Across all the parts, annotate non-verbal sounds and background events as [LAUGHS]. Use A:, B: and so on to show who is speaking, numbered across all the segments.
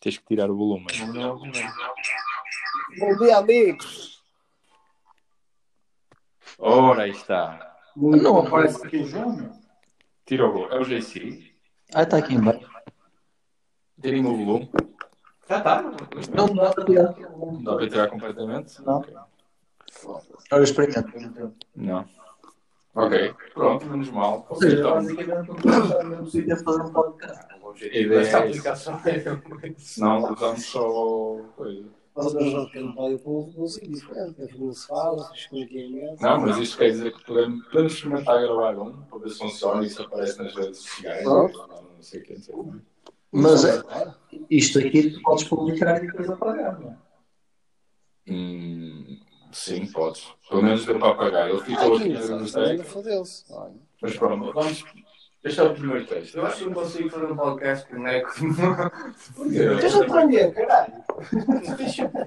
A: Tens que tirar o volume.
B: Bom dia, amigos.
A: Ora, aí está.
C: Não aparece aqui o João, meu.
A: Tira o volume. É o JC.
C: Ah, está aqui embaixo.
A: Tirem o volume.
C: Já tá. Não dá para tirar. um Não
A: Dá para tirar completamente?
C: Não.
A: Ok.
C: Olha, experimenta.
A: Não. Ok. Pronto, menos mal.
C: Ou seja,
A: Então,
C: basicamente não estou no mesmo sítio a fazer um podcast.
A: a ideia é essa. Senão usamos só coisa.
B: Vocês não têm um código com um sítio diferente. Aqui não se fala, vocês ficam aqui em mesa.
A: Não, mas isto quer dizer que podemos, podemos experimentar gravar um para ver se funciona e se aparece nas redes sociais.
C: Não.
A: Não sei o que. não sei o que.
C: Mas é, isto aqui tu podes publicar e depois apagar, não é?
A: Hum, sim, podes. Pelo menos deu para pagar. Ele ficou
B: Aqui
A: aqui
B: não
A: nas
B: se
A: bibliotecas.
B: fala, fodeu-se. Olha.
A: Mas pronto, vamos. Este é o primeiro teste.
D: Eu acho que não consigo fazer um podcast com boneco.
B: Tens de aprender, caralho.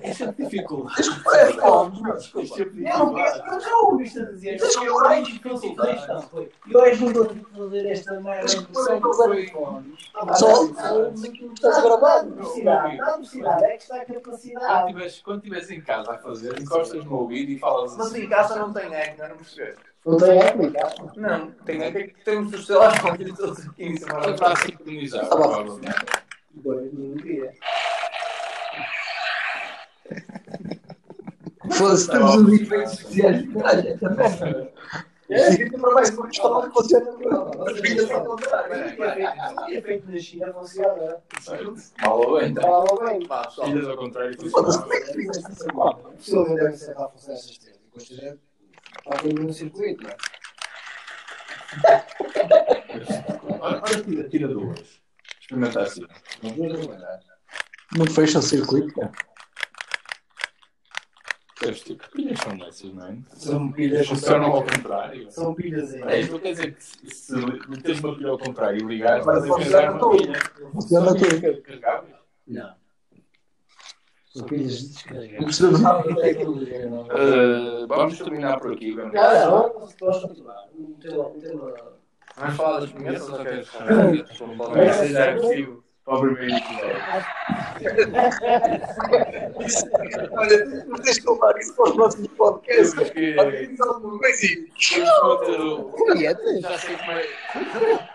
D: Essa dificuldade.
C: É, pode, mas
D: Isto é
B: Não,
D: dificuldade.
B: eu já ouviste a dizer.
C: Tens que
B: Eu acho que eu sou cristão. foi. Eu acho que vou fazer esta merda.
C: Tens que
B: Só que
C: fazer.
B: foi fome.
C: Só-
B: Estás gravado? Velocidade. Dá velocidade. É que está a
D: Quando
B: capacidade.
D: tiveres- Quando estiveres em casa a fazer, encostas no ouvido e falas
C: Mas
D: assim. em casa não tem eco, não percebes?
B: Não tem época.
D: Não, tem eco. É que temos os celulares todos aqui em cima.
A: Para a sincronizar,
C: Tá bom.
A: provavelmente.
B: Agora, não queria.
C: Foda-se, temos um vídeo bem especial. Olha,
B: É, que para mais um está para você no programa. Mas ainda está contrário. E efeito na China funciona.
A: Mal ou bem.
B: Está lá bem.
D: Pá, pessoal.
A: Ilhas ao contrário.
C: Foda-se,
A: funciona.
C: como é que tu fizeste essa merda?
B: Possivelmente devem ser lá funcionar essas três. E com esta gente, está tudo no circuito, não é?
A: Olha, olha, tira, tira duas. Experimenta assim.
B: Não vou trabalhar.
C: Não fecha o circuito, cara.
A: Sabes, tipo, pilhas são dessas, não é?
B: São pilhas.
A: Funcionam ao contrário.
B: São pilhas
A: É,
B: aí.
A: isto quer dizer que se, se meteres uma pilha ao contrário e ligares,
C: Vai
A: vais a
C: funcionar
A: carregar uma
C: tudo.
A: pilha.
C: Funciona
A: Só
C: tudo.
A: pilhas carregáveis.
B: Não. São pilhas
C: Não
B: descarregadas.
C: percebemos nada.
B: Não tem tecnologia, não.
A: Ah, vamos terminar por aqui. Vamos.
B: Não, não. Posso continuar. Não tem lá- não tem lá.
D: Vamos falar das punhetas ou queres?
A: Como é que seja agressivo para o primeiro episódio?
C: Olha, mas tens de levar isso para os nossos podcasts.
A: Temos
B: é?
A: que.
C: Olha, diz alguma coisa e-
A: temos que manter o-
B: Punhetas?
A: Já sei como é.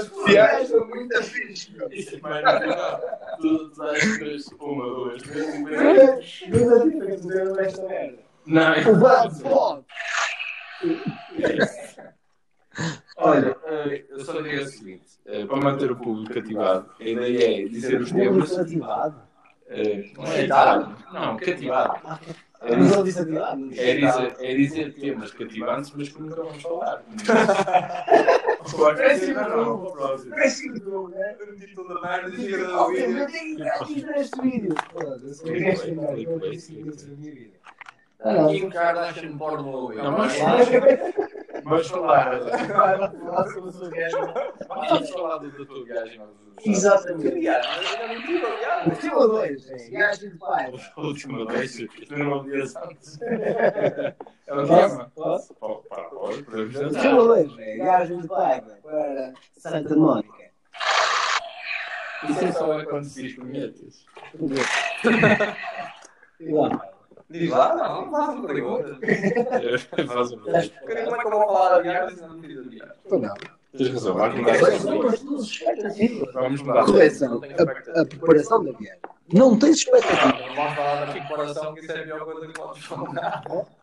C: Especiais são muito fixe, meu.
A: Isto é mais natural. Tu dás uma, duas, três, e quatro.
B: Duas diferentes vezes esta merda.
A: Não, é
B: O Bad Pod.
A: Olha, eh, eu só diria o seguinte: eh, para manter o público cativado, a ideia é dizer os temas.
B: Desativado.
A: eh, Não é
B: Cativado?
A: editado? Não, cativado. É dizer,
B: Não desativado.
A: é dizer- é dizer temas cativantes, mas que nunca vamos falar.
B: [LAUGHS] Tipo neste vídeo.
D: E o É. cara acha-me porno ou eu.
A: Não, mas- Vamos falar. Vamos falar do doutor Gajo.
B: Exatamente.
D: Exatamente.
B: Tema 2, viagem de paz.
A: A última vez, não ouvi as antes. [LAUGHS] É um tema? Posso? Pode, podemos
B: Tema
A: [LAUGHS] dançar.
B: 2, viagem de paz para Santa Mónica.
A: Isso é só é quando se diz punhetas.
B: E lá,
D: Diz lá, não, não faço pergunta.
A: Faz um
D: Queria como é que eu vou falar da viagem se não fiz a viagem?
B: tu não.
A: Tens razão, um vamos mudar.
B: Mas tu expectativas.
A: Vamos mudar.
B: Correção,
D: Não tenho
B: a, a
D: expectativa.
B: preparação da viagem.
C: Não tens expectativa.
D: Não vamos falar da recuperação, que isso é a melhor coisa que podes falar.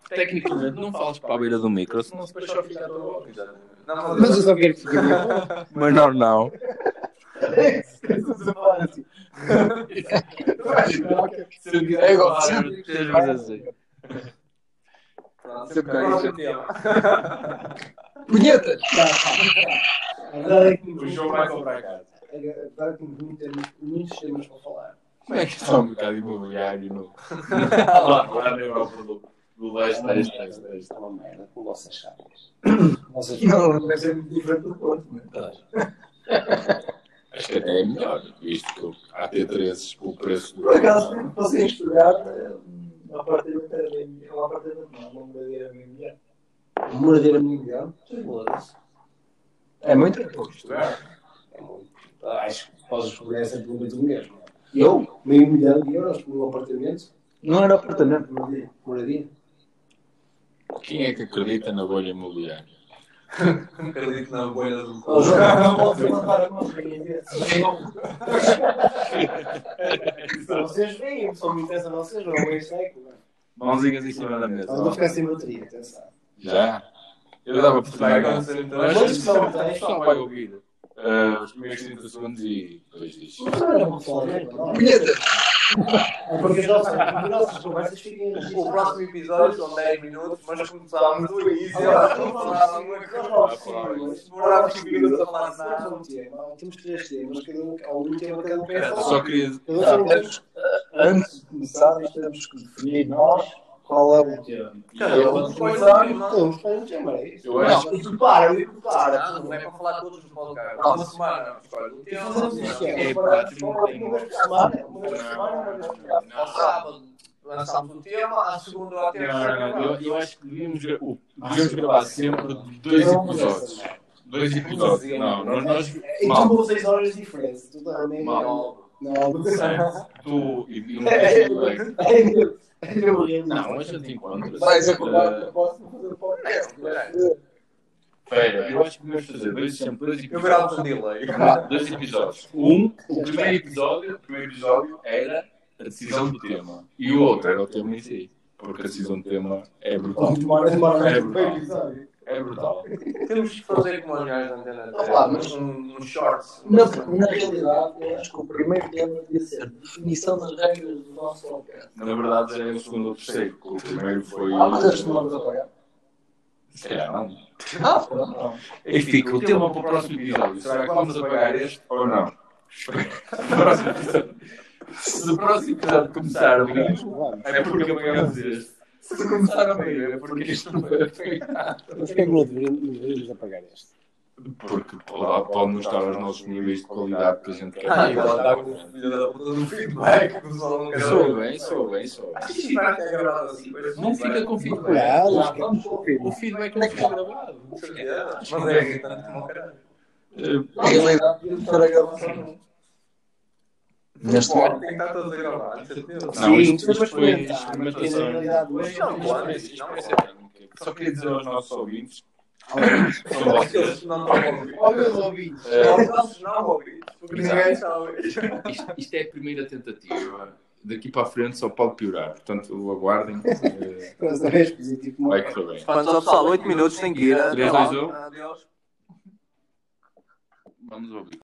A: Tecnicamente, não fales para a beira do micro, senão se deixa ficar todo louco.
D: Não,
B: Mas
D: mas
B: eu só quero que fique bem.
A: Mas não, não.
B: Estamos a falar assim.
A: Se eu quiser falar, estejamos assim.
D: pronto, sempre próximo tema.
C: Punhetas!
B: A verdade é que
A: O João vai comprar casa.
B: Agora temos muitos, muitos temas para falar.
A: Como é que está o mercado imobiliário no... lá, lá na Europa do, do leste, leste, leste, leste?
B: Está é uma merda com vossas chaves. Vocês
C: Não, mas é muito diferente do Porto, não é?
A: Acho que até é melhor, visto que o- há T3 o preço do.
C: Por acaso, quando passei a estudar, eh, a partir da minha. A partir da minha.
B: Moradeira mundial? Foda-se.
C: É muito ou é pouco?
B: É muito. Acho que podes cobrar sempre pelo menos o mesmo. Eu, meio milhão de euros por um apartamento,
C: Não era apartamento.
B: moradia. moradia.
A: Quem é que acredita na bolha imobiliária?
D: Acredito na bolha do
B: Ó, João, não posso levantar a mão, ninguém vê. Vocês veem, o pessoal me interessa a vocês, não é isso aí.
A: Mãozinhas em cima da mesa.
B: Eu vou ficar sem bateria, atenção.
A: Já? Eu dava né? por
D: Vai
A: trás.
D: acontecer então.
A: Mas
B: Mas
A: isto só-
B: isto só-
A: isto só vai ouvir Então, ah, os primeiros 30 segundos e depois diz.
B: Não era para falar, não era? É porque as nossas, as nossas conversas ficam
D: O
B: registradas.
D: próximo episódio são 10 minutos, mas começámos do início.
B: Agora,
D: Ela
B: não
D: não
B: falava
D: falava
B: é uma
D: uma
B: coisa,
D: coisa.
B: não falava uma coisa.
D: Demorava 5 minutos a falar de
B: Nós
D: nada.
B: temos um tema, Temos três temas, cada um, algum tema cada um quer
A: Eu
B: falar.
A: Só queria.
B: Cada um tem um tema.
C: Antes de começar, nós temos que definir nós qual é o tema.
D: Cara,
B: Cada um
D: quando
B: tem um
D: começar,
B: tema,
D: não,
B: todos têm um tema, é isso?
A: Eu acho.
B: Não, E prepara, e prepara.
D: Nada, não é para falar todos os podcasts. Há uma semana, escolhe um
B: E
D: tema,
B: fazemos isto,
D: um
B: é,
A: É,
B: para-
A: pá,
B: para- uma vez por semana, uma vez por semana, uma vez por semana.
D: ao sábado lançámos um tema, à segunda ou à terça.
A: Eu,
D: acabámos.
A: eu acho que devíamos, gra- o- devíamos gravar sempre dois
B: Não,
A: episódios. Dois episódios. Ah, Então, Não, nós. nós
B: E tu
A: mal,
B: com 6 horas de diferença, tu também. Não,
D: Mal.
B: não.
A: certo? Tu e e um
B: É,
A: teu colega.
B: É meu, é meu reino.
A: Não, mas eu te encontro.
C: Vais acordar
A: Eh,
B: posso fazer podcast.
A: Ah, Espera, eu acho que vamos fazer dois, sempre dois
D: Eu
A: episódios.
D: gravo com delay.
A: Há dois episódios. Um, o primeiro episódio, o primeiro episódio era a decisão do tema. E o outro era o tema em si. Porque a decisão do tema é brutal.
B: Muito mais, mais,
A: É
B: mais.
A: brutal.
B: episódio.
A: É brutal.
D: Temos que fazer como os gajos da antena.
C: Ah, pá, mas-
D: três, Um um short.
C: Na, na realidade, eu acho que o primeiro tema devia ser definição das regras do nosso podcast.
A: Na verdade, era o segundo ou o terceiro. porque O primeiro foi.
C: Há coisas que Ah, não vamos apagar.
A: Se calhar não.
C: Ah, pronto. não.
A: E fica o
D: um
A: tema para o próximo episódio. Será que vamos apagar este ou não? Se o próximo episódio- Se o próximo episódio começar a meio, é porque apagamos este. Se começar a meio, é porque este não foi apagado.
E: Mas porquê é que não deveríamos, não deveríamos apagar este?
A: Porque pode, pode mostrar os nossos níveis de qualidade que a gente quer.
D: Ah, e ela está com o filho da puta do feedback. O pessoal não quer
A: Sou bem, sou bem, sou bem.
D: Acho que isto vai ficar gravado assim. parece
A: um. Não
D: que
A: fica
D: vai.
A: com feedback.
E: Não,
C: Ah,
E: não
C: vamos ouvir.
A: O feedback não fica gravado.
D: Com certeza. Mas é irritante como caralho.
A: Eh,
C: Na realidade, devíamos estar a gravar só nós. Neste
D: Pô,
C: momento.
D: tem que estar todos a gravar, com certeza.
A: Não,
C: Sim,
A: isto, isto foi experimentação.
D: Mas não, claro, isso não é certo.
A: Só queria dizer aos nossos ouvintes, que são vocês,
D: Aqueles que não estão a ouvir.
B: Olha meus ouvintes.
A: eh,
D: Nós não ouvimos. Porque ninguém sabe.
A: isto, isto é a primeira tentativa. Daqui para a frente só pode piorar. Portanto, aguardem. eh,
B: Coração é positivo.
A: Vai correr bem.
D: Quantos pessoal? 8 minutos tem que ir.
A: Três, dois, um.
D: Adeus.
A: Vamos ouvir.